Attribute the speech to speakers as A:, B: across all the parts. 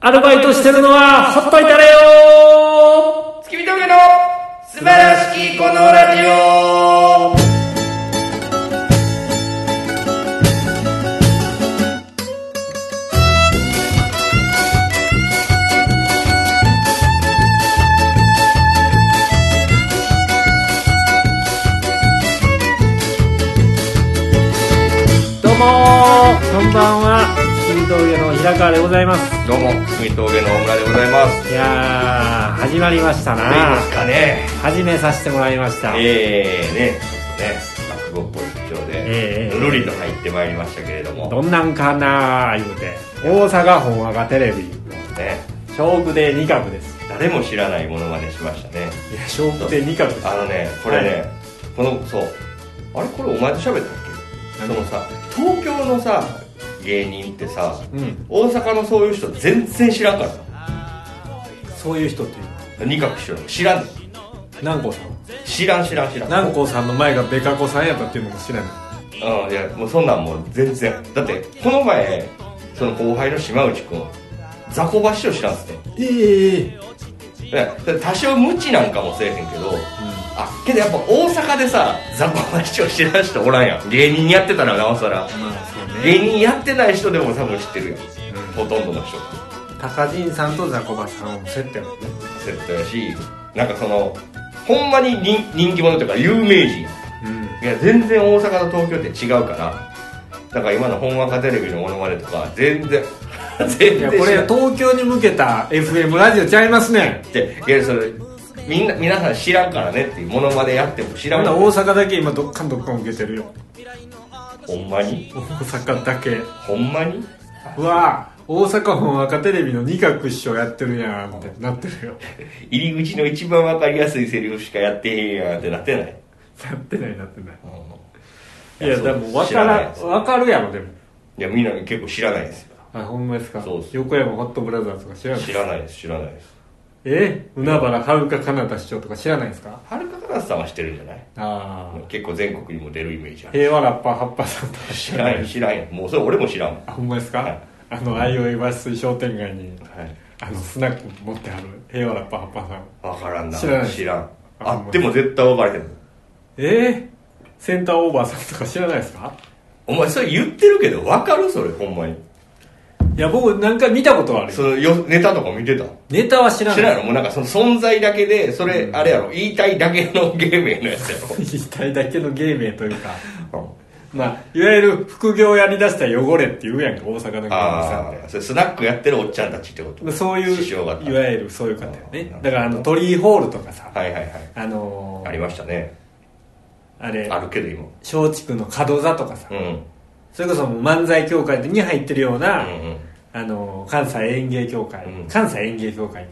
A: アルバイトしてるのは、ほっといたれよ
B: 月見峠の素晴らしきこのラジオ
A: どうもこんばんは、水道家の平川でございます。
B: どうも月見峠の大村でございます
A: いやー、始まりました
B: どう言いま
A: な
B: すかね
A: 始めさせてもらいました。
B: えー、ねね落語ポ一丁で
A: ええ
B: ぬるりと入ってまいりましたけれども
A: どんなんかなー言うて、大阪本和がテレビ、
B: ね
A: 小区で2株です。
B: 誰も知らないものまでしましたね
A: いや、小区で2株です。
B: あのねこれね、
A: は
B: このそうあれこれお前と喋ったっけそ
A: 何
B: のさ東京のさ芸人ってさ、
A: うん
B: 大阪のそういう人全然知らんから
A: そういう人っていうのは
B: 二角師匠知らん
A: 南光さん
B: 知らん知らん知らん
A: 南光さんの前がベカ子さんやったっていうのも知らない
B: うんいやもうそんなんもう全然だってこの前その後輩の島内君雑魚場師匠知らんっすね
A: ええ
B: で多少無知なんかもせえへんけど、あけどやっぱ大阪でさ雑魚場師匠知らん人おらんやん芸人やってたらなおさら
A: まあそう
B: 芸人やってない人でも多分知ってるよ、ほとんどの人
A: 高陣さんとザコバさんを接点をね
B: セットやしなんかそのほんまに人人気者というか有名人
A: うん
B: いや全然大阪と東京って違うからだから今の本若テレビのものまねとか全然 全
A: いや
B: 然
A: こ
B: 知
A: れ
B: らんっ
A: 東京に向けた FM ラジオちゃいますね
B: ていやそれみんな皆さん知らんからねっていうものまねやっても知
A: いろ
B: ら
A: ん
B: ん
A: な大阪だけ今どっかんどっかん受けてるよ
B: ほんまに
A: 大阪だけ
B: ほんまに
A: うわ大阪本赤テレビの二角師匠やってるやんってなってるよ
B: 入り口の一番わかりやすいセリフしかやってへんやんってなってない、
A: なってないなってない
B: うん
A: いやでも分か
B: ない
A: ら
B: です
A: 分かるやろでも
B: いやみんな結構知らないですよ
A: あほんまですか
B: そうです
A: 横山ホットブラザーズとか知らない
B: 知らないです知らないです
A: え海原はるかかなた市長とか知らないですか
B: はるかかなさんは知ってるんじゃない
A: ああ
B: 結構全国にも出るイメージある
A: 平和ラッパー葉っぱさんとか
B: 知らんよ知らんよもうそれ俺も知らんもん
A: あほんまですか、
B: はい
A: あのあいおい和水商店街に
B: はい
A: あのスナック持ってはる平和ラッパー葉っぱさん
B: 分からんな
A: 知らない
B: 知らん
A: あ
B: あっても絶対分からへん
A: ええセンターオーバーさんとか知らないですか
B: お前それ言ってるけど分かるそれほんまに
A: いや僕なんか見たことはある
B: そ
A: よ
B: のよネタとか見てた
A: ネタは知らない
B: 知らんのもうなんかその存在だけでそれ
A: うん
B: あれやろ言いたいだけの 芸名のやつや
A: 言いたいだけの芸名というか
B: ろ
A: まあいわゆる副業やりだしたら汚れっていうやんか大阪の芸人さ
B: あ
A: んっ
B: あそれスナックやってるおっちゃんたちってこと
A: てそういう
B: 師匠方
A: いわゆるそういう方よね
B: あー
A: だからあの鳥居ホールとかさ、
B: はいはいはい
A: あのー
B: ありましたね
A: あれ
B: あるけど今
A: 松竹の門座とかさ、
B: うん
A: それこそもう漫才協会に入ってるよう
B: う
A: な、
B: んうん
A: あの関西演芸協会、
B: うん
A: 関西演芸協会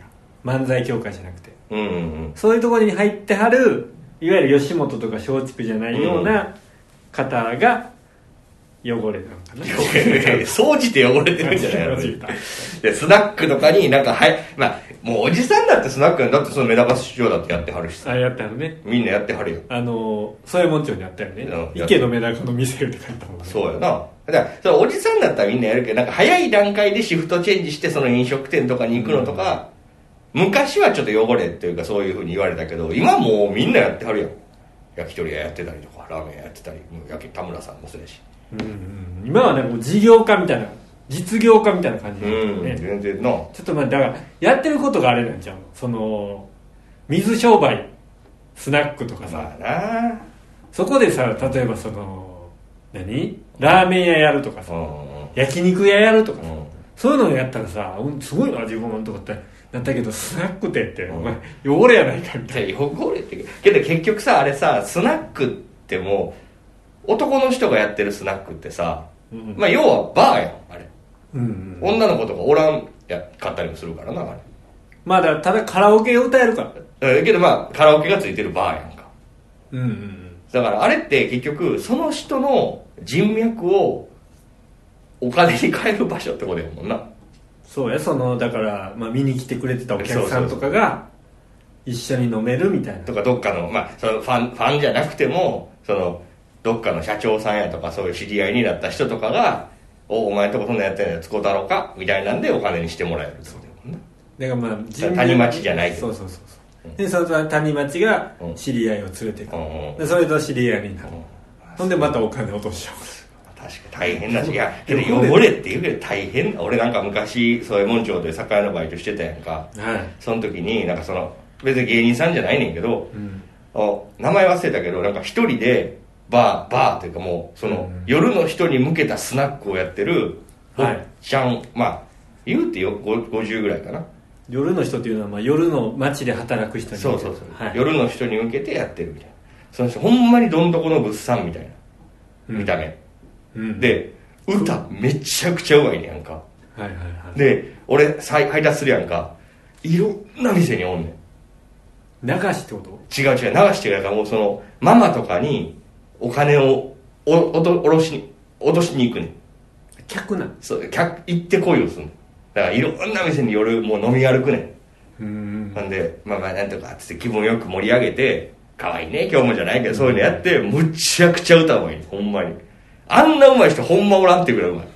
A: が漫才協会じゃなくて
B: うんうん
A: そういうところに入ってはるいわゆる吉本とか松竹じゃないような方が汚れなのかな、
B: 掃除で汚れてるんじゃないの
A: 掃除だ
B: でスナックとかになんかはいまあもうおじさんだってスナックだってそのメダカス市場だってやってはるしさ
A: あやったのね
B: みんなやってはるよ
A: あの添右衛門町にあったよね
B: うん
A: 池のメダカの店って書いたもんね
B: そうやなだからそれおじさんだったらみんなやるけどなんか早い段階でシフトチェンジしてその飲食店とかに行くのとか、昔はちょっと汚れっていうかそういうふうに言われたけど今もうみんなやってはるやん焼き鳥屋やってたりとかラーメン屋やってたりもう焼き田村さんもそうやし
A: うんうん、今はねもう事業家みたいな実業家みたいな感じ
B: う
A: になってる
B: ん、
A: ね、
B: 全然
A: ち
B: な
A: ょっとまあだからやってることがあれなんちゃうのその水商売スナックとかさ、
B: まあな
A: そこでさ例えばその何ラーメン屋やるとかさ、
B: う
A: 焼肉屋やるとかさ、
B: んうん
A: そういうのをやったらさ、うん、すごいな自分とかってなったけどスナック店って、
B: うん
A: お前汚れやないかみたい
B: で汚れってけど結局さあれさスナックってもう男の人がやってるスナックってさ、
A: うん
B: まあ要はバーやんあ
A: な、
B: れ、
A: うんうん、
B: 女の子とかおらんやかったりもするからなあれ
A: まあだからただカラオケを歌えるから
B: えーけどまあカラオケがついてるバーやんか
A: うんうんうん
B: だからあれって結局その人の人脈をお金に変える場所ってことやもんな
A: そうやそのだから、まあ、見に来てくれてたお客さんとかが一緒に飲めるみたいな
B: とかどっかの,、まあ、そのファンファンじゃなくてもそのどっかの社長さんやとかそういう知り合いになった人とかがおお前んとこそんなんやってんのやつこうだろうかみたいなんでお金にしてもらえるってことやもんね
A: だからまあ人
B: 谷町じゃないけ
A: そ
B: ど
A: うそうそうそうでその谷町が知り合いを連れていく、
B: うんうん
A: でそれと知り合いになる、
B: うん
A: ほんでまたお金落としちゃう
B: 確か大変だしいやけど汚れって言うけど大変俺なんか昔そういう門町で酒屋のバイトしてたやんか
A: はい、
B: その時になんかその別に芸人さんじゃないねんけど
A: うん、
B: お名前忘れたけどなんか一人でバーバーというかもうその、
A: うん
B: 夜の人に向けたスナックをやってるお
A: はい
B: っちゃん、まあ言うてよご50ぐらいかな
A: 夜の人っていうのは、まあ、夜の街で働く人に
B: そうそうそう、
A: はい、
B: 夜の人に向けてやってるみたいなその人ほんまにどんどこの物産みたいな
A: うん
B: 見た目、
A: うん、
B: で歌めちゃくちゃうまいねやんか
A: はいはいはい
B: で俺さい配達するやんかいろんな店におんねん
A: 流しってこと
B: 違う違う流してるやんかもうそのママとかにお金をおおとおろしに落としに行くねん
A: 客なん
B: そう客行ってこいをすんのだからいろんな店に夜もう飲み歩くね
A: う
B: ん
A: ん
B: なんで、まあまあなんとかっつって気分よく盛り上げて、可愛いね、今日もじゃないけど、そういうのやって、むちゃくちゃ歌うまい、ほんまに。あんなうまい人ほんまおらんってぐらいうまい。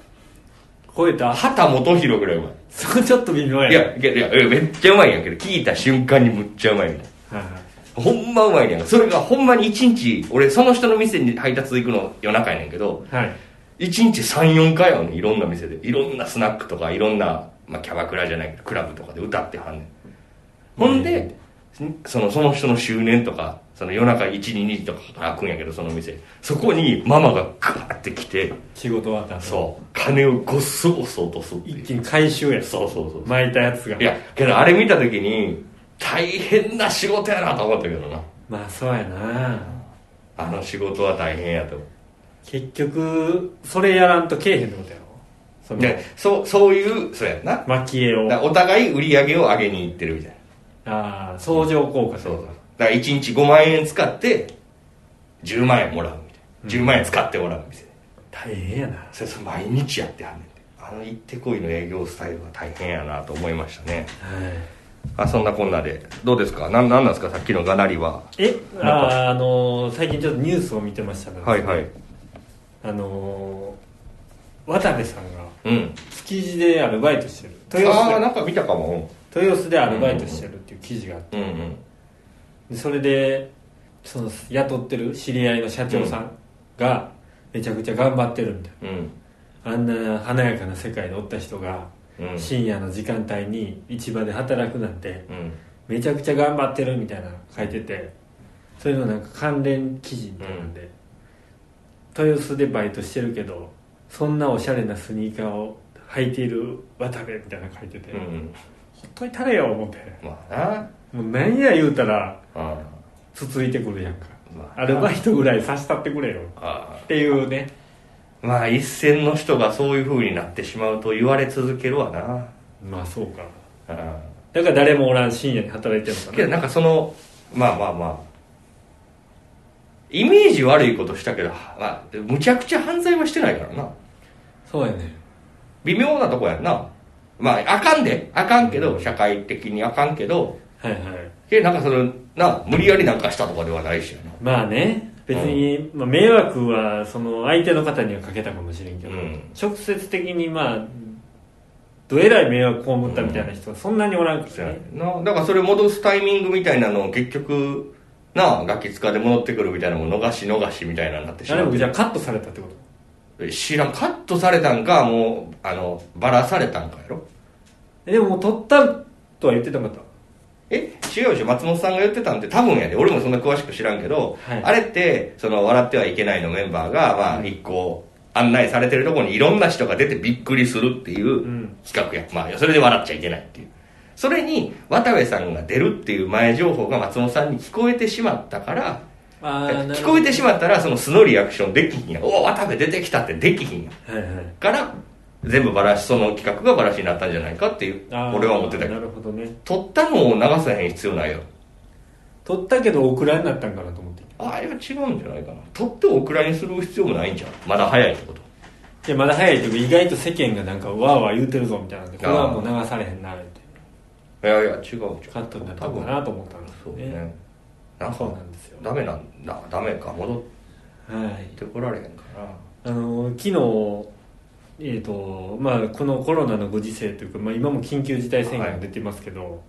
A: 超えた
B: 畑元博ぐらいうま
A: そこちょっと微妙や
B: い。いや、いや、いやいやめっちゃうまいんやけど、聞いた瞬間にむっちゃうまいみた
A: は
B: い
A: いはい
B: な。ほんまうまいねんそれがほんまに一日、俺その人の店に配達行くの夜中やねんけど、
A: はい
B: 一日3、4回はねん、いろんな店で。いろんなスナックとか、いろんな、まあ、キャバクラじゃないけど、クラブとかで歌ってはんねん。ほんで、その、その人の周年とか、その夜中1、2、2時とかから開くんやけど、その店。そこにママがガーって来て、
A: 仕事終わった後
B: そう、金をごっそごっそ落とすってい
A: 一
B: う。
A: 気に回収や
B: そうそうそう。
A: 巻いたやつが
B: いや、けどあれ見た時に、大変な仕事やなと思ったけどな。
A: まあそうやな
B: あの仕事は大変やと思う。
A: 結局それやらんとけえへんってことやろその
B: で、そう、そういう、そうやんな。
A: 蒔絵を
B: だからお互い売り上げを上げに行ってるみたいな。
A: ああ相乗効果
B: そうそう
A: だ
B: だから1日5万円使って10万円もらうみたいな10万円使ってもらうみた
A: 大
B: いな、
A: 変やな
B: それそれ毎日やってはんねんてあの行ってこいの営業スタイルは大変やなと思いましたねあそんなこんなでどうですかなんなんなんですかさっきのがなりは
A: え
B: なんか
A: あーあのー最近ちょっとニュースを見てましたから
B: はいはい
A: あのー渡部さんが
B: うん
A: 築地でアルバイトしてる
B: あ
A: 豊洲
B: あー
A: で
B: なんか見たかも
A: 豊洲でアルバイトしてるっていう記事があって
B: うんうん
A: でそれでその雇ってる知り合いの社長さんがめちゃくちゃ頑張ってるみたい
B: うん
A: なあんな華やかな世界でおった人が
B: うん
A: 深夜の時間帯に市場で働くなんて
B: うん
A: めちゃくちゃ頑張ってるみたいなの書いててそれのなんか関連記事みたいなんで、豊洲でバイトしてるけどそんなおしゃれなスニーカーを履いている渡部みたいなの書いてて、
B: うんうん
A: ほっといたれよ思って
B: まあな
A: もう何や言うたら
B: あ
A: つついてくるやんか
B: ーまあな
A: アルバイトぐらいさしたってくれよ
B: あ
A: っていうね
B: ーまあ一線の人がそういう風になってしまうと言われ続けるわな
A: まあそうか
B: うん
A: だから誰もおらん深夜に働いてるのか
B: け
A: な
B: どなんかそのまあまあまあイメージ悪いことしたけど、まあ、むちゃくちゃ犯罪はしてないからな
A: そうやね
B: 微妙なとこやんなまああかんであかんけど社会的にあかんけど
A: はいはい
B: けどなんかそのな無理やりなんかしたとかではないしやな
A: まあね別に、まあ、迷惑はその相手の方にはかけたかもしれんけど、
B: うん
A: 直接的にまあどえらい迷惑被ったみたいな人はそんなにおらんく
B: そ
A: て
B: うや
A: ね、
B: ねんなだからそれ戻すタイミングみたいなのを結局なあガキ使で戻ってくるみたいなのも逃し逃しみたいなのになってし
A: あ
B: ま
A: れも
B: う
A: じゃあカットされたってこと
B: え知らんカットされたんかもうあのバラされたんかやろ
A: えでももう取ったとは言ってなかった
B: え違うでしょ松本さんが言ってたんで多分やで俺もそんな詳しく知らんけど、
A: はい
B: あれってその「笑ってはいけない」のメンバーがまあ一個案内されてるとこにいろんな人が出てびっくりするっていうん企画や、まあそれで笑っちゃいけないっていうそれに渡部さんが出るっていう前情報が松本さんに聞こえてしまったから
A: あ
B: 聞こえてしまったらその素のリアクションできひんやんおお渡部出てきたってできひんやん
A: はいはい
B: から全部バラしその企画がバラしになったんじゃないかっていう
A: あー
B: 俺は思ってたけ
A: な
B: ど
A: るほどね
B: 撮ったのを流さへん必要ないよ
A: 取ったけどオクラになったんかなと思って
B: ああれは違うんじゃないかな取ってオクラにする必要もないんじゃんまだ早いってこと
A: いやまだ早いけど意外と世間がなんかわーわー言うてるぞみたいなんでこれはもう流されへんなって
B: いやいや違うんじゃん
A: カットになったのかなと思ったんです
B: そ
A: よ
B: う
A: ね
B: ねなん
A: そう
B: か
A: なんですよ
B: ダメなんだダメか戻っ
A: はい
B: てこられへんか
A: あの昨日えーとまあ、このコロナのご時世というか、まあ、今も緊急事態宣言が出てますけど、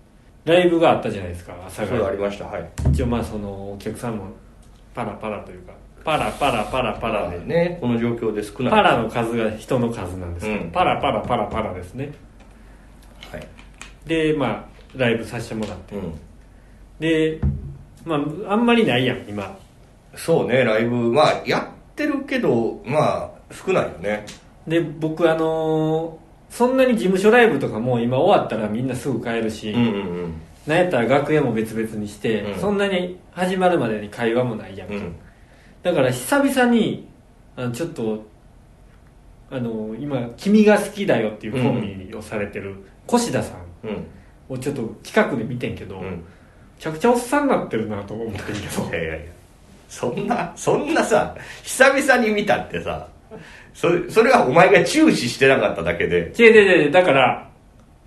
A: ライブがあったじゃないですか朝
B: そういうのあ
A: が
B: りましたはい
A: 一応まあそのお客さんもパラパラというかパラパラパラパラで、
B: ねこの状況で少ない
A: パラの数が人の数なんですけど、
B: うん
A: パラパラパラパラですね
B: はい
A: でまあライブさせてもらって
B: うん
A: でまああんまりないやん今
B: そうねライブまあやってるけどまあ少ないよね
A: で僕あのーそんなに事務所ライブとかも今終わったらみんなすぐ帰るし、
B: うんうん
A: なんやったら楽屋も別々にして、
B: うん
A: そんなに始まるまでに会話もないやんか、
B: うんうん
A: だから久々にあのちょっとあの今「君が好きだよ」っていうコンビをされてる越田さん
B: うん
A: をちょっと近くで見てんけど、
B: う
A: め
B: ん
A: ちゃくちゃおっさんになってるなと思ってんけど
B: いやいやいやそんなそんなさ久々に見たってさそれそれはお前が注視してなかっただけで
A: 違う違う違うだから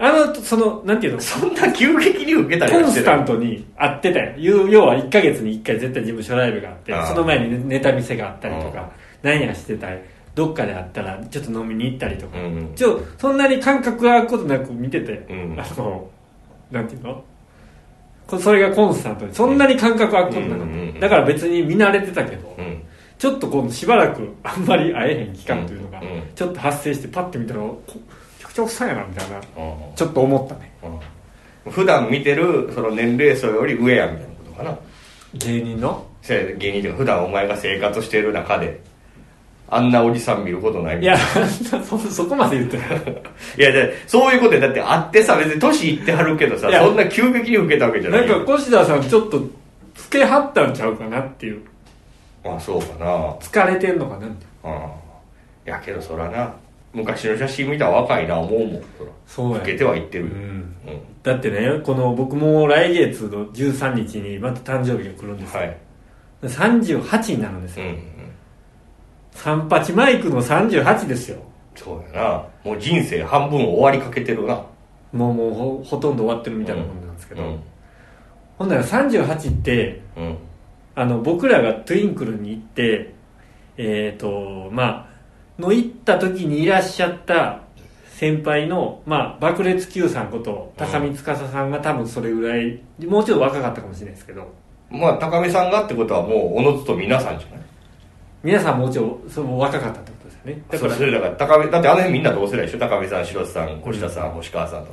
A: あのそのなんて いうの
B: そんな急激に受けたり
A: コ
B: は
A: ン
B: して
A: ス
B: ない
A: タントに会ってたよ要要は1ヶ月に1回絶対事務所ライブがあって
B: ああ
A: その前にねネタ見せがあったりとか、なんやしてたりどっかで会ったらちょっと飲みに行ったりとか、
B: うんうん
A: ちょそんなに感覚が合うことなく見てて、
B: うん
A: あのなんていうのこそれがコンスタントにそんなに感覚が合うことなかった、
B: うんうんうん
A: だから別に見慣れてたけど、
B: うん
A: ちょっとこのしばらく あんまり会えへん期間というのが
B: うんうん
A: ちょっと発生してパッて見たらこめちゃくちゃおっさんやなみたいな
B: うん
A: ちょっと思ったね
B: うん普段見てるその年齢層より上やみたいなことかな
A: 芸人の
B: せや芸人とか普段お前が生活してる中であんなおじさん見ることないみ
A: い
B: たいな
A: や、 そ、そこまで言ってない。
B: いやでそういうことやだって会ってさ別に年いってはるけどさ
A: いや
B: そんな急激に受けたわけじゃない
A: なんか、越田さんちょっと、つけはったんちゃうかなっていう。
B: まあそうかな
A: 疲れてんのかなって。
B: うんいやけどそらな昔の写真見たら若いな思うもんそら
A: そうや
B: 老けてはいってる
A: う
B: よ
A: ん。
B: うん、
A: だってね、この、僕も来月の13日にまた誕生日が来るんですよ。
B: はい
A: 38になるんです
B: うん
A: よ。
B: うん
A: 三八マイクの38ですよ。
B: そうやなもう人生半分終わりかけてるな
A: もう、もうほ、ほとんど終わってるみたいなもんなんですけ
B: う
A: ど。
B: ん
A: ほんなら38って、
B: うん
A: あの僕らがトゥインクルに行ってえっ、とまあの行った時にいらっしゃった先輩の、まあ、爆裂 Q さんこと高見司さんが多分それぐらいもうちょっと若かったかもしれないですけど
B: まあ高見さんがってことはもうおのずと皆さんじゃない
A: 皆さんもうちょっとそれも若かったってことですよねだ
B: だか
A: からら
B: それだから高見だってあの辺みんな同世代でしょ高見さん白瀬さん越田さん星川さんと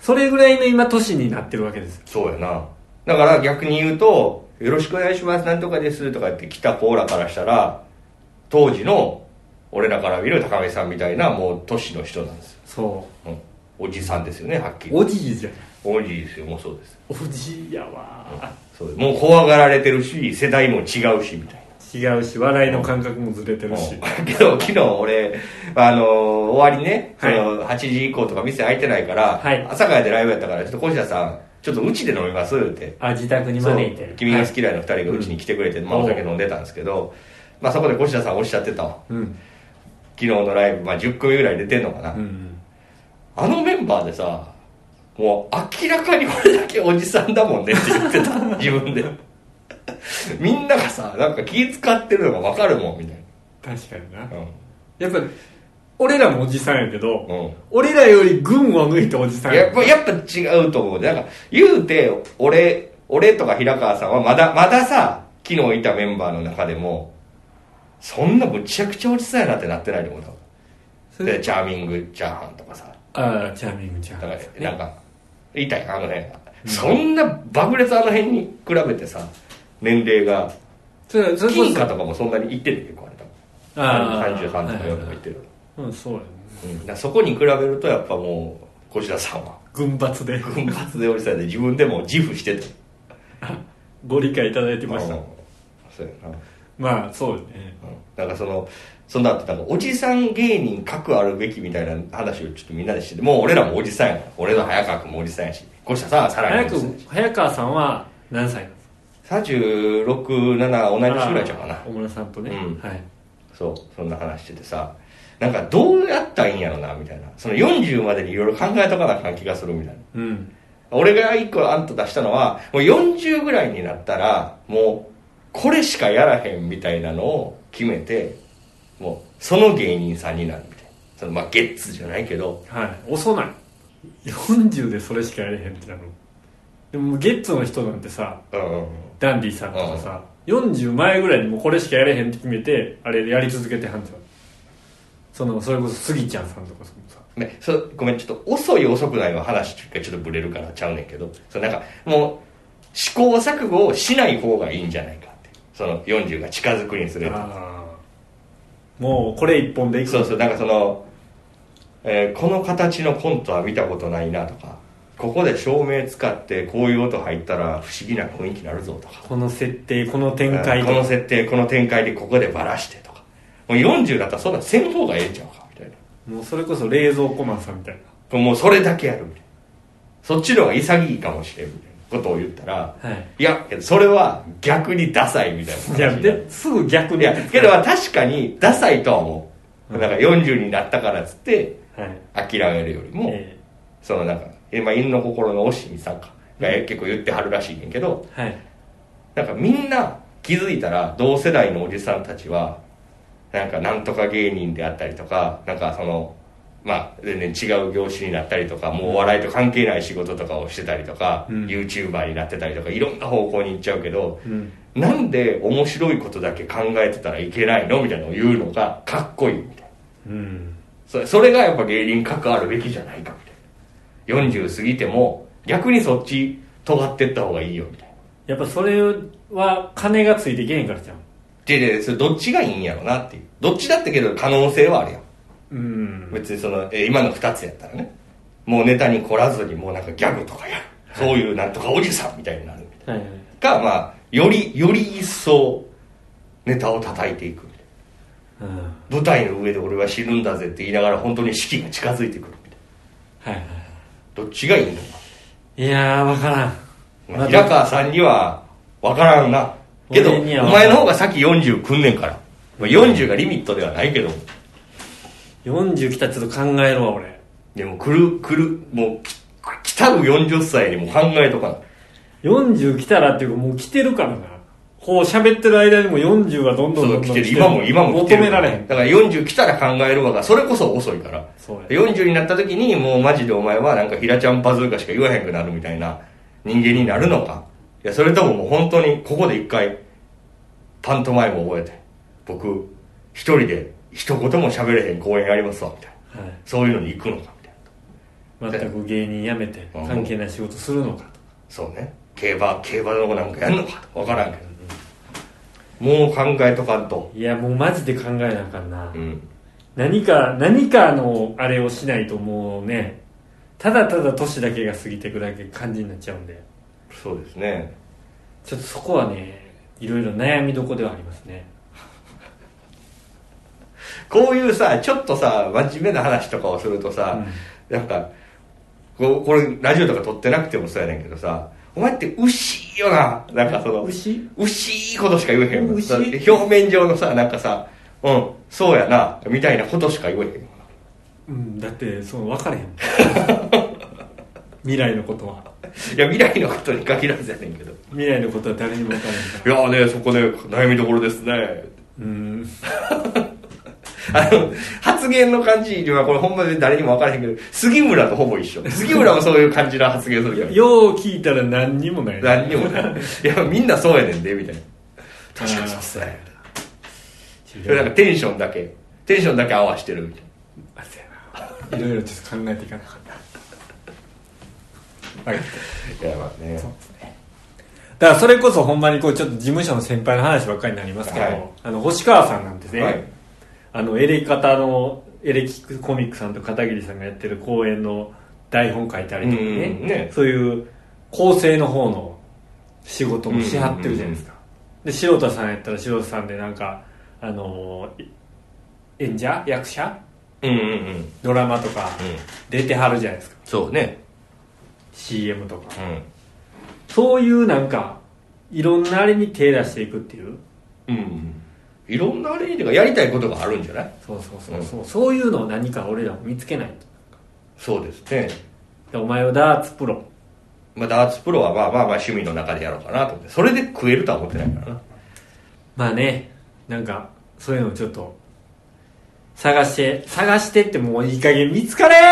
A: それぐらいの今年になってるわけですよ
B: そうやなだから逆に言うと「よろしくお願いしますなんとかです」とか言って来た子らからしたら当時の俺らから見る高見さんみたいなもう都市の人なんですよ、
A: そ
B: うん、おじさんですよねはっき
A: う
B: り
A: おじいじゃん
B: おじいですよもうそうです
A: おじいやわ
B: そうですもう怖がられてるし世代も違うしみたいな
A: 違うし笑いの感覚もずれてるし
B: うん けど昨日俺、あのー終わりね、
A: はい
B: その8時以降とか店開いてないから、
A: はい
B: 朝からでライブやったからちょっと越田さんちょっとうちで飲みますって
A: あ自宅に
B: そう
A: 招いて
B: 君が好
A: き、
B: き嫌いの2人がうちに来てくれて、まあ、お酒飲んでたんですけど、まあ、そこで越田さんおっしゃってたわ
A: はいうん
B: 昨日のライブ、まあ、10組ぐらい出てんのかな、
A: うんうん
B: あのメンバーでさもう明らかにこれだけおじさんだもんねって言ってた自分で みんながさなんか気使ってるのが分かるもんみたい
A: 確かにな
B: な
A: やっぱ俺らもおじさんやけど、
B: うん、うん
A: 俺らより群を抜いておじさん
B: やっ
A: ぱ
B: ぱやっぱ違うと思うなんか言うて俺俺とか平川さんはまだまださ昨日いたメンバーの中でもそんなむちゃくちゃおじさんやなってなってないと思う多分でチャーミングチャーハンとかさ
A: ああチャーミングちゃ
B: だ
A: ん
B: からなんか言いたいあの辺が、そんな爆裂あの辺に比べてさ年齢が
A: それそれこ
B: 金貨
A: そ
B: とかもそんなにいってんねん結構あれ多分
A: あ
B: 33とか
A: はい
B: 4とかいってる、
A: うんそうやね
B: うん、だからそこに比べるとやっぱもう越田さんは
A: 群抜で
B: 奮発でおじさんで自分でも自負してた
A: ご理解いただいてまし
B: う
A: た
B: んそうやな、
A: まあそうよね
B: うん、なんかそのその後なんかおじさん芸人格あるべきみたいな話をちょっとみんなでしててもう俺らもおじさんやから俺の早川君もおじさんやし越田さんはさら
A: 早
B: にお
A: く
B: じさんやし
A: 早川さんは何歳なんですか
B: 367同じ年ぐらいちゃうか
A: あ
B: な
A: ー小村さんとね、
B: うん
A: はい
B: そうそんな話しててさなんかどうやったらいいんやろなみたいなその40までにいろいろ考えとかなあかん気がするみたいな
A: うん
B: 俺が一個案と出したのはもう40ぐらいになったらもうこれしかやらへんみたいなのを決めてもうその芸人さんになるみたいそのまあゲッツじゃないけど
A: はい遅ない40でそれしかやれへんってなるでもゲッツの人なんてさ
B: うんうん
A: ダンディさんとかさ、40前ぐらいにもうこれしかやれへんって決めてあれやり続けてはんちゃうそのそれこそスギちゃんさんとかそのさ
B: ね、そごめんちょっと遅い遅くないは話がちょっとブレるからちゃうねんけどそのなんかもう試行錯誤をしない方がいいんじゃないかってその40が近づくにつれて
A: あーもうこれ一本でいく
B: そうそうなんかその、えーこの形のコントは見たことないなとかここで照明使ってこういう音入ったら不思議な雰囲気になるぞとか
A: この設定この展開
B: うん
A: と
B: こ
A: か
B: の設定この展開でここでバラしてとかもう40だったらそんなんせん方がええんちゃうかみたいな
A: もうそれこそ冷蔵庫マンさんみたい
B: これもうそれだけやるみたいなそっちの方が潔いかもしれんみたいなことを言ったら
A: なはい
B: いやけどそれは逆にダサいみたいない
A: やですぐ逆
B: い
A: に
B: やけど確かにダサいとは思う、なんか40になったからっつって
A: はい
B: 諦めるよりも、
A: え
B: そのなんか今犬の心のオシミさんかが結構言ってはるらしいねんけど
A: ーはい
B: なんかみんな気づいたら同世代のおじさんたちはなんかなんとか芸人であったりとかなんかそのまあ全然違う業種になったりとかもうお笑いと関係ない仕事とかをしてたりとか、
A: うん
B: YouTuber になってたりとかいろんな方向に行っちゃうけど
A: うん
B: なんで面白いことだけ考えてたらいけないのみたいなのを言うのがかっこいいみたいな。
A: うん
B: それそれがやっぱ芸人関わるべきじゃないかみたいな40過ぎても逆にそっち尖ってった方がいいよみたいな
A: やっぱそれは金がついていけへんからじゃん
B: ででそれどっちがいいんやろなっていうどっちだってけど可能性はあるやん
A: うん
B: 別にその、えー今の2つやったらねもうネタに凝らずにもうなんかギャグとかやるそういうなんとかおじさんみたいになるみたい
A: はいはい
B: なかまあよりより一層ネタを叩いていくみたいな
A: うんはい
B: 舞台の上で俺は死ぬんだぜって言いながら本当に死期が近づいてくるみたい
A: はい
B: などっちがいいのか
A: いやーわからん
B: まあ平川さんには分からんなけどお
A: 俺には分からん
B: 前の方がさっき40くんねんから、まあ、40がリミットではないけど
A: 40来たらちょっと考えろわ俺
B: でも来る来るもうき来たる40歳にも考えとかな
A: 40来たらっていうかもう来てるからなこう喋ってる間にも40はどんど
B: そ
A: んど
B: の
A: んど
B: 来
A: ん
B: てる今も今も来
A: 求
B: てる
A: められへん
B: だから40来たら考えるわがそれこそ遅いから
A: そうや
B: 40になった時にもうマジでお前はなんか平ちゃんパズーカしか言わへんくなるみたいな人間になるのかいやそれとももう本当にここで一回パントマイムを覚えて僕一人で一言も喋れへん公演やりますわみたいな
A: はい
B: そういうのに行くのかみたいな
A: 全く芸人辞めて
B: うん
A: 関係ない仕事するのかと
B: そうね競馬競馬のなんかやんのか分からんけど、もう考えとかんと
A: いやもうマジで考えなあかんな、
B: うん
A: 何か何かのあれをしないともうねただただ年だけが過ぎていくだけ感じになっちゃうんで
B: そうですね
A: ちょっとそこはねいろいろ悩みどこではありますね
B: こういうさ、ちょっとさ、真面目な話とかをするとさ、なんか、こうこれ、ラジオとか撮ってなくてもそうやねんけどさ、お前って牛よな、なんかその、
A: 牛
B: 牛いことしか言えへんよな
A: 牛
B: だって表面上のさ、なんかさ、うん、そうやな、みたいなことしか言えへんよな。
A: うんだってその分かれへん未来のことはい
B: や、未来のことに限らずやねんけど。
A: 未来のことは誰にも分からへんから
B: いやーね、そこね、悩みどころですね。
A: うん
B: あの、発言の感じは、これほんまに誰にも分からへんけど、杉村とほぼ一緒。杉村もそういう感じの発言するやん。
A: よう聞いたら何にもないな
B: 何にもない。いや、みんなそうやねんで、みたいな。確かにそうっすね。それなんかテンションだけ、テンションだけ合わしてるみたい
A: あそうやないろいろちょっと考えていかなかったはい
B: な。いや、まあね。
A: だからそれこそほんまにこうちょっと事務所の先輩の話ばっかりになりますけど、
B: はい
A: あの星川さんなんてね、
B: はい
A: あのエレカタのエレキコミックさんと片桐さんがやってる公演の台本書いたりとかね,、
B: うんね
A: そういう構成の方の仕事もしはってるじゃないですか、で素人さんやったら素人さんでなんかあのい演者役者
B: うんうんうん。
A: ドラマとか出てはるじゃないですか、
B: そうね。
A: CM とか
B: う。
A: そういうなんかいろんなあれに手出していくっていうん
B: うん。いろんなあれにとか、やりたいことがあるんじゃない
A: そうそうそうそう、そういうのを何か俺らも見つけない
B: そうですね。
A: とでお前はダーツプロ
B: まあ、ダーツプロはまあまあまあ趣味の中でやろうかなと思って、それで食えるとは思ってないからな。
A: まあねなんかそういうのをちょっと探して探してってもういい加減見つかれ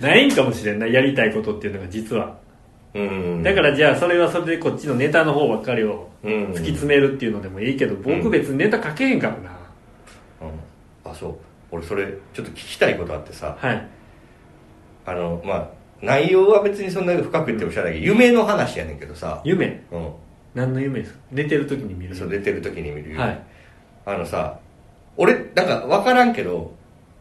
A: ないんかもしれんなやりたいことっていうのが実は
B: うん
A: だからじゃあそれはそれでこっちのネタの方ばっかりを
B: うん
A: 突き詰めるっていうのでもいいけど僕別にネタ書けへんからな、
B: うんあそう俺それちょっと聞きたいことあってさ
A: はい
B: あのまあ内容は別にそんな深く言っても知らないけど夢の話やねんけどさ、
A: 夢
B: うん、
A: 何の夢ですか寝てる時に見る
B: そう出てる時に見る夢、
A: はい
B: あのさ俺なんか分からんけど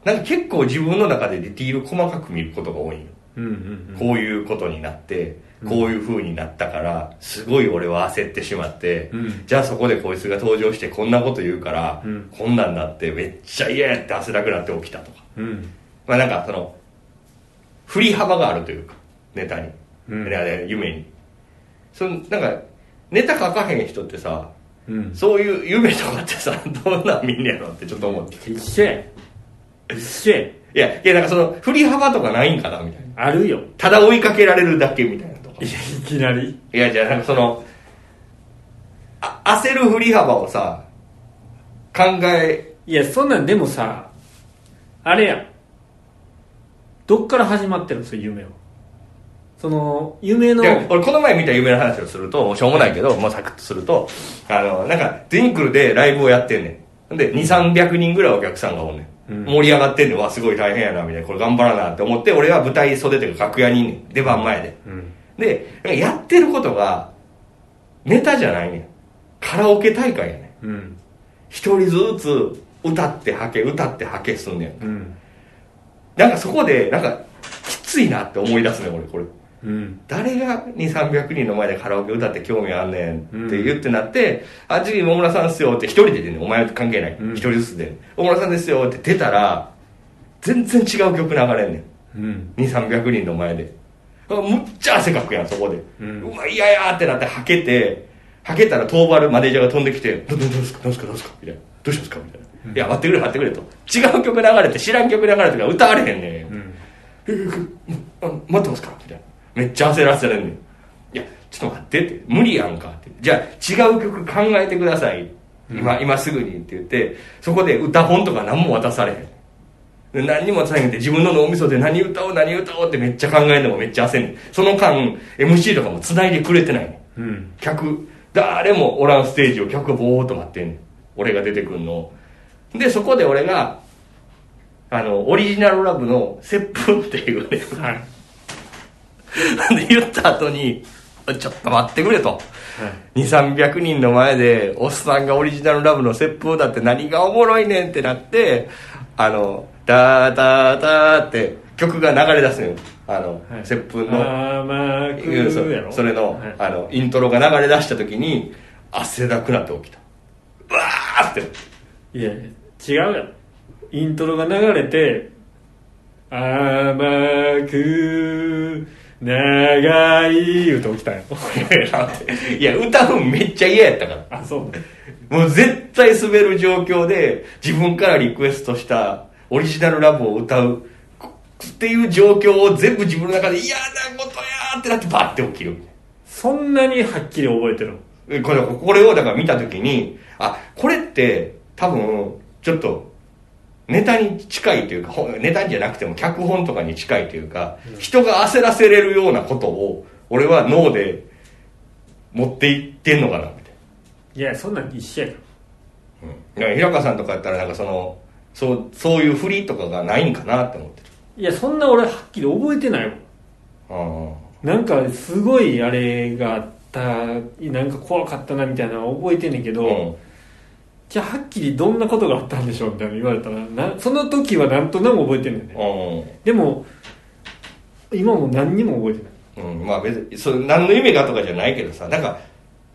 B: なんか結構自分の中でディティール細かく見ることが多いんよ
A: うんうん
B: こういうことになって、こういう風になったから、すごい俺は焦ってしまって、
A: うん
B: じゃあそこでこいつが登場してこんなこと言うから、
A: うん
B: こんなんなってめっちゃ嫌やって汗だくなって起きたとか。
A: うんうん
B: まあなんかその、振り幅があるというか、ネタに。
A: うん
B: いやね夢に。その、なんか、ネタ書かへん人ってさ、
A: うん
B: そういう夢とかってさ、どんなん見んねやろってちょっと思って。
A: 一緒や一緒や
B: いや、いやなんかその、振り幅とかないんかなみたいな。
A: あるよ
B: ただ追いかけられるだけみたいなとか
A: い。やいきなり
B: いや、じゃあ、なんかその、あ焦る振り幅をさ、考え、
A: いやそんなんでもさあれやんどっから始まってるのそういう夢はその夢の
B: いや俺この前見た夢の話をすると、もうしょうもないけど、もうサクッとすると、あの、なんか、ディンクルでライブをやってんねん。で、2、300人ぐらいお客さんがおんねん。
A: うん
B: 盛り上がってんねん。わ、すごい大変やな、みたいな。これ頑張らなって思って、俺は舞台袖というか楽屋にいんねん。出番前で。
A: うん
B: で、なんかやってることが、ネタじゃないねん。カラオケ大会やねん。
A: うん
B: 一人ずつ、歌ってはけ、歌ってはけすんねん。
A: うん
B: なんかそこで、なんか、きついなって思い出すね、俺、これ。
A: うん
B: 誰が2、300人の前でカラオケ歌って興味あんねんって言ってなって、あ、次、桃村さんっすよって一人で出んねん。お前関係ない。一、
A: うん
B: 人ずつで。桃村さんですよって出たら、全然違う曲流れんね
A: うん
B: ん。2、300人の前で。あむっちゃ汗かくやん、そこで。う
A: うん
B: わ、いやいやってなって、はけて、はけたら、トーバルマネージャーが飛んできて、ど、ど、どうですか、どうですか、どうですか、みたいな。どうしたんですかみたいな。いや、待ってくれ、待ってくれと。違う曲流れて、知らん曲流れてから歌われへんねん。
A: うん
B: あ待ってますから」みたいなめっちゃ焦らせられんねん「いやちょっと待って」って「無理やんか」って「じゃあ違う曲考えてください今今すぐに」って言ってそこで歌本とか何も渡されへんで何にも渡されへんって自分の脳みそで何歌おう何歌おうってめっちゃ考えるのもめっちゃ焦んねんその間 MC とかも繋いでくれてないねん
A: うん
B: 客誰もおらんステージを客がボーっと待ってんねん俺が出てくんのをでそこで俺があのオリジナルラブの「接吻」っていうね
A: はい
B: で言った後に「ちょっと待ってくれ」と。
A: はい
B: 2300人の前でおっさんがオリジナルラブの切符だって何がおもろいねんってなってあの「ダーダーダー」って曲が流れ出すのよあの、
A: はい
B: 切符の
A: あーまあく
B: いうそ
A: ーやろ
B: それの,、
A: はい
B: あのイントロが流れ出した時に汗だくなって起きたうわーって
A: いや違うやろイントロが流れて甘く長い歌起きたんや ろ
B: なんていや歌うんめっちゃ嫌やったから
A: あそうね
B: もう絶対滑る状況で自分からリクエストしたオリジナルラブを歌うっていう状況を全部自分の中で嫌なことやーってなってバッて起きる
A: そんなにはっきり覚えてるの
B: えこれこれをだから見た時にあこれって多分ちょっとネタに近いというかほネタじゃなくても脚本とかに近いというか、人が焦らせれるようなことを俺は脳で持っていってんのかなみたいない
A: やそんなん一緒やから
B: いや平川さんとかやったらなんかそのそうそういう振りとかがないんかなって思ってる
A: いやそんな俺はっきり覚えてないもん
B: あ
A: なんかすごいあれがあったなんか怖かったなみたいなのは覚えてんねんけど、
B: うん
A: じゃあはっきりどんなことがあったんでしょうみたいなの言われたらなその時はなんとなく覚えてんねんね
B: う
A: でも今も何にも覚えてない
B: ん、うん、まあ別にそれ何の夢がとかじゃないけどさなんか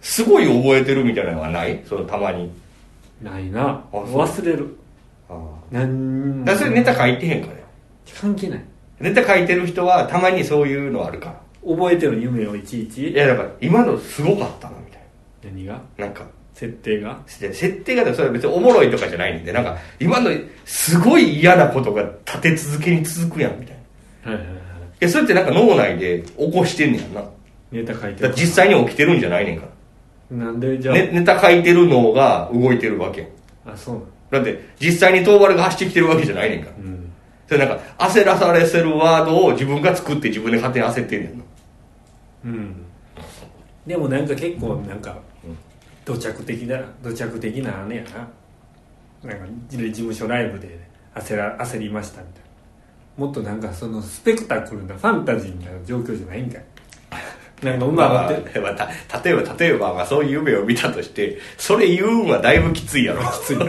B: すごい覚えてるみたいなのはないそのたまに
A: ないな
B: そう
A: 忘れる
B: ああ
A: 何も
B: だからそれネタ書いてへんからよ
A: 関係ない
B: ネタ書いてる人はたまにそういうのあるから
A: 覚えてる夢をいちい
B: い
A: ち
B: やだから今のすごかったなみたい
A: 何が
B: ななんか
A: 設定が
B: せ設定がでもそれは別におもろいとかじゃないんでなんか今のすごい嫌なことが立て続けに続くやんみたいない
A: はいはいはい
B: やそれってなんか脳内で起こしてんねやんな
A: ネタ書いて
B: だ
A: る
B: から実際に起きてるんじゃないねんか
A: なんでじゃ
B: ら、
A: あ、
B: ね、ネタ書いてる脳が動いてるわけやん
A: ああそうなの
B: だって実際に東原が走ってきてるわけじゃないねんから
A: うん
B: それなんか焦らされせるワードを自分が作って自分で勝手に焦ってんねんの
A: うんでもなんか結構なんか土着的な土着的なあれやななんか事務所ライブで焦ら焦りましたみたいなもっとなんかそのスペクタクルなファンタジーみたいな状況じゃないんかい なんかうま
B: まあま
A: ま
B: あ
A: って、
B: まあ、例えば例えば、まあ、そういう夢を見たとしてそれ言うんはだいぶきついやろ
A: きついな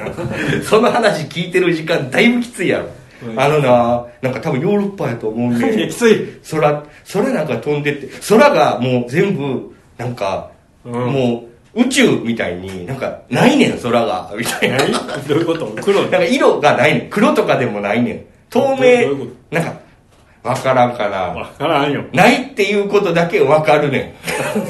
B: その話聞いてる時間だいぶきついやろ、
A: うん
B: あのななんか多分ヨーロッパやと思う
A: いや
B: ね
A: きつい
B: 空空なんか飛んでって空がもう全部なんか、
A: うん
B: もう宇宙みたいになんかないねん空がみたいな
A: 何どういうこと黒
B: なんか色がないねん黒とかでもないねん透
A: ど
B: 明
A: どういうこ
B: なんかわからんかな
A: わからんよ
B: ないっていうことだけわかるね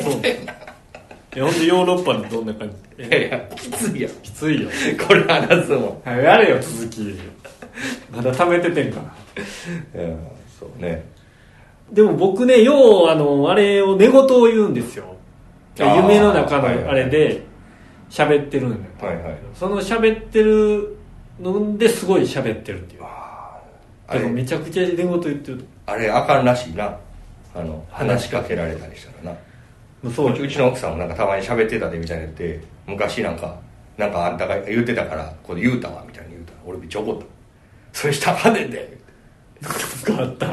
A: そうえほんでヨーロッパでどんな感じ
B: ん
A: え
B: いやいやきついやん
A: きついよ
B: これ話すもん、
A: はいやれよ続きまだ溜めててんから
B: うん、そうね
A: でも僕ねようあのあれを寝言を言うんですよ
B: あー
A: 夢の中の
B: はいはい
A: あれで喋ってるんだよ、
B: はいはい
A: その喋ってるのですごい喋ってるっていう
B: あ
A: でも
B: れ
A: めちゃくちゃ寝言言ってる
B: あれあかんらしいなあの話しかけられたりしたらな
A: もうそうう
B: ちうちの奥さんもなんかたまに喋ってたでみたいに言って昔なんかなんかあんたが言ってたからこれ言うたわみたいに言うたら俺めっちゃ怒ったそれしたらあかんねんで
A: なんかあ った、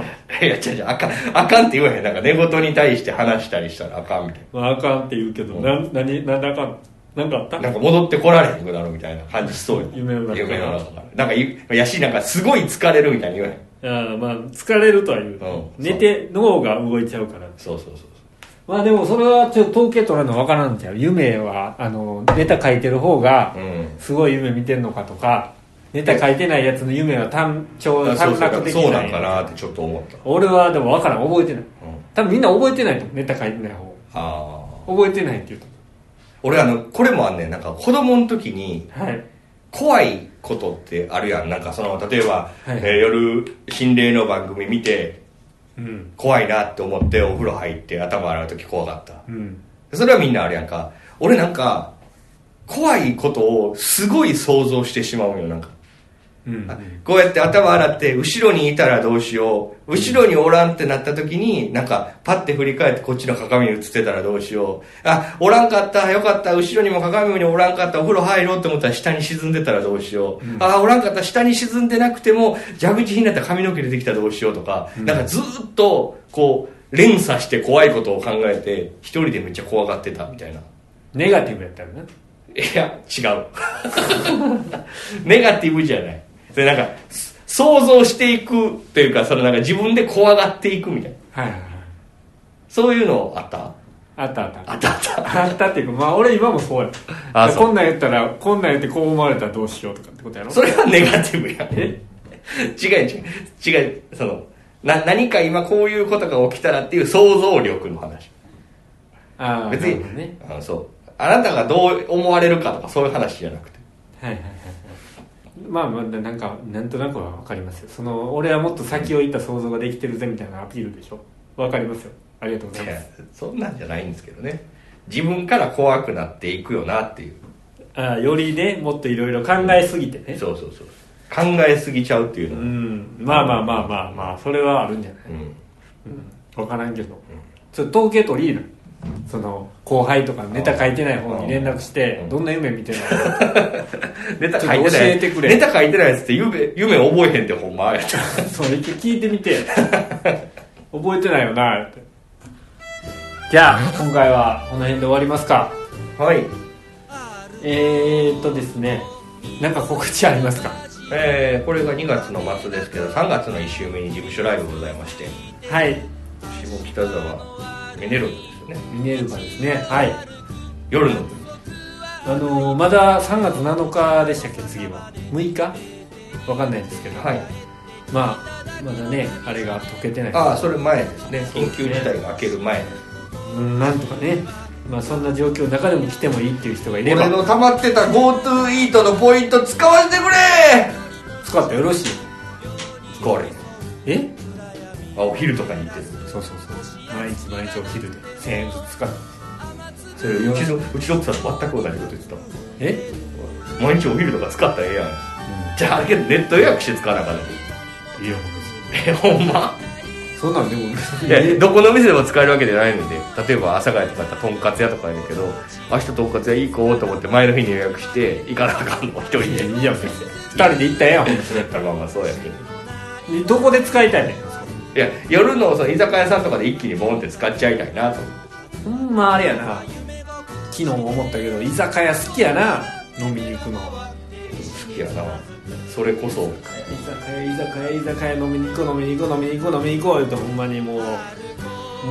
B: いや違う違うあかんあかんって言わへんなんか寝言に対して話したりしたらあかんみたい
A: まあ、あかんって言うけど、
B: うん
A: なん、な何なんだかんなんかあった
B: ななんか戻ってこられへんくなるみたいな感じしそうや
A: 夢の中から
B: 夢の中からなんかいやしなんかすごい疲れるみたいに言わへん
A: あまあ疲れるとは言う、
B: ん
A: 寝て脳が動いちゃうから
B: そうそうそうそう
A: まあでもそれはちょっと統計取らんの分からんじゃん夢はあのネタ書いてる方が
B: うん
A: すごい夢見てんのかとかネタ書いてないやつの夢は単調
B: あそう
A: 短
B: そ
A: 絡
B: う
A: 的
B: そう
A: な
B: なん
A: ん
B: か
A: や
B: なってちょっと思った、
A: 俺はでも分からん覚えてない
B: うん、
A: 多分みんな覚えてないと思うネタ書いてない方
B: ああ
A: 覚えてないっていうと
B: 俺あのこれもあんねんなんか子供の時に
A: はい
B: 怖いことってあるやんなんかその例えば、
A: はい
B: えー夜心霊の番組見て
A: うん
B: 怖いなって思ってお風呂入って頭洗う時怖かった
A: うん
B: それはみんなあるやんか俺なんか怖いことをすごい想像してしまうよなんか
A: うん
B: こうやって頭洗って後ろにいたらどうしよう後ろにおらんってなった時になんかパッて振り返ってこっちの鏡に映ってたらどうしようあおらんかったよかった後ろにも鏡にもおらんかったお風呂入ろうって思ったら下に沈んでたらどうしよう、あおらんかった下に沈んでなくても蛇口ひなったら髪の毛出てきたらどうしようとか、なんかずーっとこう連鎖して怖いことを考えて一人でめっちゃ怖がってたみたいな
A: ネガティブやったよない
B: や、違う。 ネガティブじゃない。それなんか、す想像していくというか、そのなんか自分で怖がっていくみたいな。
A: はいはいはい
B: そういうのあった
A: あったあった
B: あったあった。
A: あったっていうかまあ俺今もそうや
B: あそう
A: こんなん言ったらこんなん言ってこう思われたらどうしようとかってことやろ
B: それはネガティブや。
A: え
B: 違う違う。違う。その、な、何か今こういうことが起きたらっていう想像力の話。
A: ああ
B: 別に
A: なるほどね、
B: あのそう。あなたがどう思われるかとかそういう話じゃなくて。
A: はいはいはいはいまあまあなんかなんとなくは分かりますよその俺はもっと先を行った想像ができてるぜみたいなアピールでしょ分かりますよありがとうござい
B: い
A: ま
B: や
A: す、
B: そんなんじゃないんですけどね。自分から怖くなっていくよなっていう。
A: ああよりねもっといろいろ考えすぎてね
B: そうそうそう考えすぎちゃうっていう
A: う
B: の、
A: んまあまあまあまあまあそれはあるんじゃない、
B: うん
A: 分からんけど、ちょっと統計取りいいなその後輩とかネタ書いてない方に連絡して、
B: うん
A: どんな夢見てるの
B: ネタ書
A: ちょ
B: いてな
A: っと
B: い
A: 教えてくれ
B: ネタ書いてないやつって夢夢覚えへんってほ んま
A: そう一回聞いてみ て覚えてないよなってじゃあ今回はこの辺で終わりますか
B: はい
A: えー、っとですねなんか告知ありますか
B: えー、これが2月の末ですけど3月の1週目に事務所ライブございまして
A: はい
B: 下北沢ミネロですよね
A: ミネルヴァですねはい
B: 夜の部
A: あのーまだ3月7日でしたっけ次は6日わかんないですけど、
B: はい
A: まあまだねあれが解けてない
B: ああそれ前ですね緊急事態が明ける前
A: うんなんとかねまあそんな状況の中でも来てもいいっていう人がいれば
B: 俺の溜まってた GoTo イートのポイント使わせてくれ
A: 使ってよろしい
B: 使われへん
A: え
B: あお昼とかに行ってる
A: そうそうそう毎日毎日お昼で1000円ずつ使って
B: それうちのうちの奥さんと全く同じこと言ってた
A: え
B: 毎日お昼とか使ったらええやんじゃあけどネット予約して使わなあかんねん
A: うん、いやもう
B: えほんま
A: 別にそんなんでも別
B: い
A: に
B: やどこの店でも使えるわけじゃないので例えば朝帰とかやったらとんかつ屋とかやねんけど明日とんかつ屋行こうと思って前の日に予約して行かなあかんの一人で
A: いや別に2人で行ったらええやんほん
B: それやったらまあまあそうやけど
A: で どこで使いたいねん
B: いや夜のその居酒屋さんとかで一気にボンって使っちゃいたいなと思って
A: ほんまあれやな昨日も思ったけど居酒屋好きやな飲みに行くの
B: 好きやなそれこそ
A: 居酒屋居酒屋居酒屋飲みに行こう飲みに行こう飲みに行こう飲みに行こう言うとほんまにもうも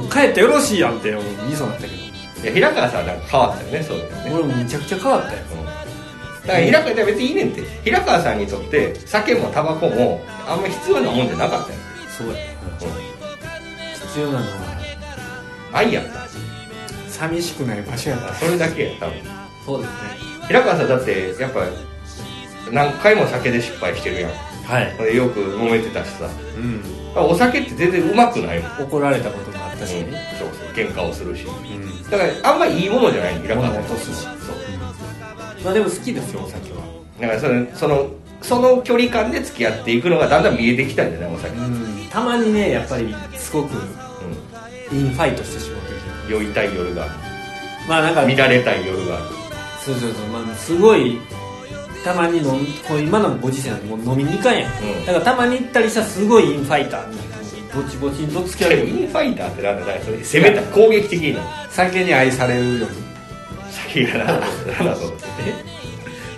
A: う帰ってよろしいやんってもう言いそうになったけ
B: いや平川さんなんか変わったよねそうだよね
A: ど俺もめちゃくちゃ変わったよ
B: うんだから平川いや別にいいねんって平川さんにとって酒もタバコもあんま必要なもんじゃなかったよ、
A: そうや
B: うん
A: 必要なのは
B: 愛やった
A: 寂しくない場所やから
B: それだけや多分
A: そうですね
B: 平川さんだってやっぱ何回も酒で失敗してるやん
A: はい
B: ほんでよく揉めてたしさ
A: うん
B: お酒って全然うまくないもん、
A: 怒られたこともあったし、
B: うんそうそう喧嘩をするし
A: うん
B: だからあんまいいものじゃない平川さん
A: 物を落とすし
B: そう
A: まあでも好きですよお酒は
B: だからそのそのその距離感で付き合っていくのがだんだん見えてきたんじゃないお酒、うん
A: うんたまにねやっぱりすごくインファイトしてしまうというか
B: 酔いたい夜があ
A: まあなんか
B: る乱れたい夜がある
A: そうそうそう、まあ、すごいたまに飲んこう今のご時世なんてもう飲みに行かんやん、
B: うん
A: だからたまに行ったりしたらすごいインファイターになってぼちぼちにとっつき合
B: けど
A: う
B: インファイターってなんだだからそれ攻めた攻撃的な
A: 酒に愛されるように
B: 酒がなんだなんだそう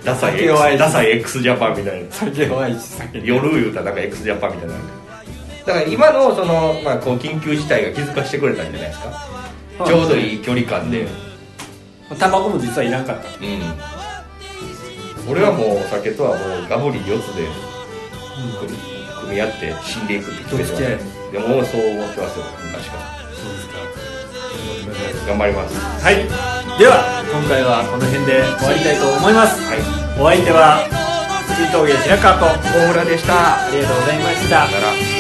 B: ダサい
A: 酒を愛
B: X
A: す
B: ダサい X ジャパンみたいな
A: 酒を愛し酒 に
B: 夜言うたらなんか x ジャパンみたいなだから今のその、まあ、こう緊急事態が気づかしてくれたんじゃないですかちょうどいい距離感で、うん
A: タバコも実はいらんかった
B: 俺はもうお酒とはもうガブリ四つで
A: うん
B: 組組み合って死んでいくって決めて
A: ど
B: ま
A: っちかや
B: すでもそう思ってますよ昔か
A: そうですから
B: 頑張ります
A: はいでは今回はこの辺で終わりたいと思います、
B: はい
A: お相手は藤井峠白川と
B: 大村でした
A: ありがとうございました
B: さよなら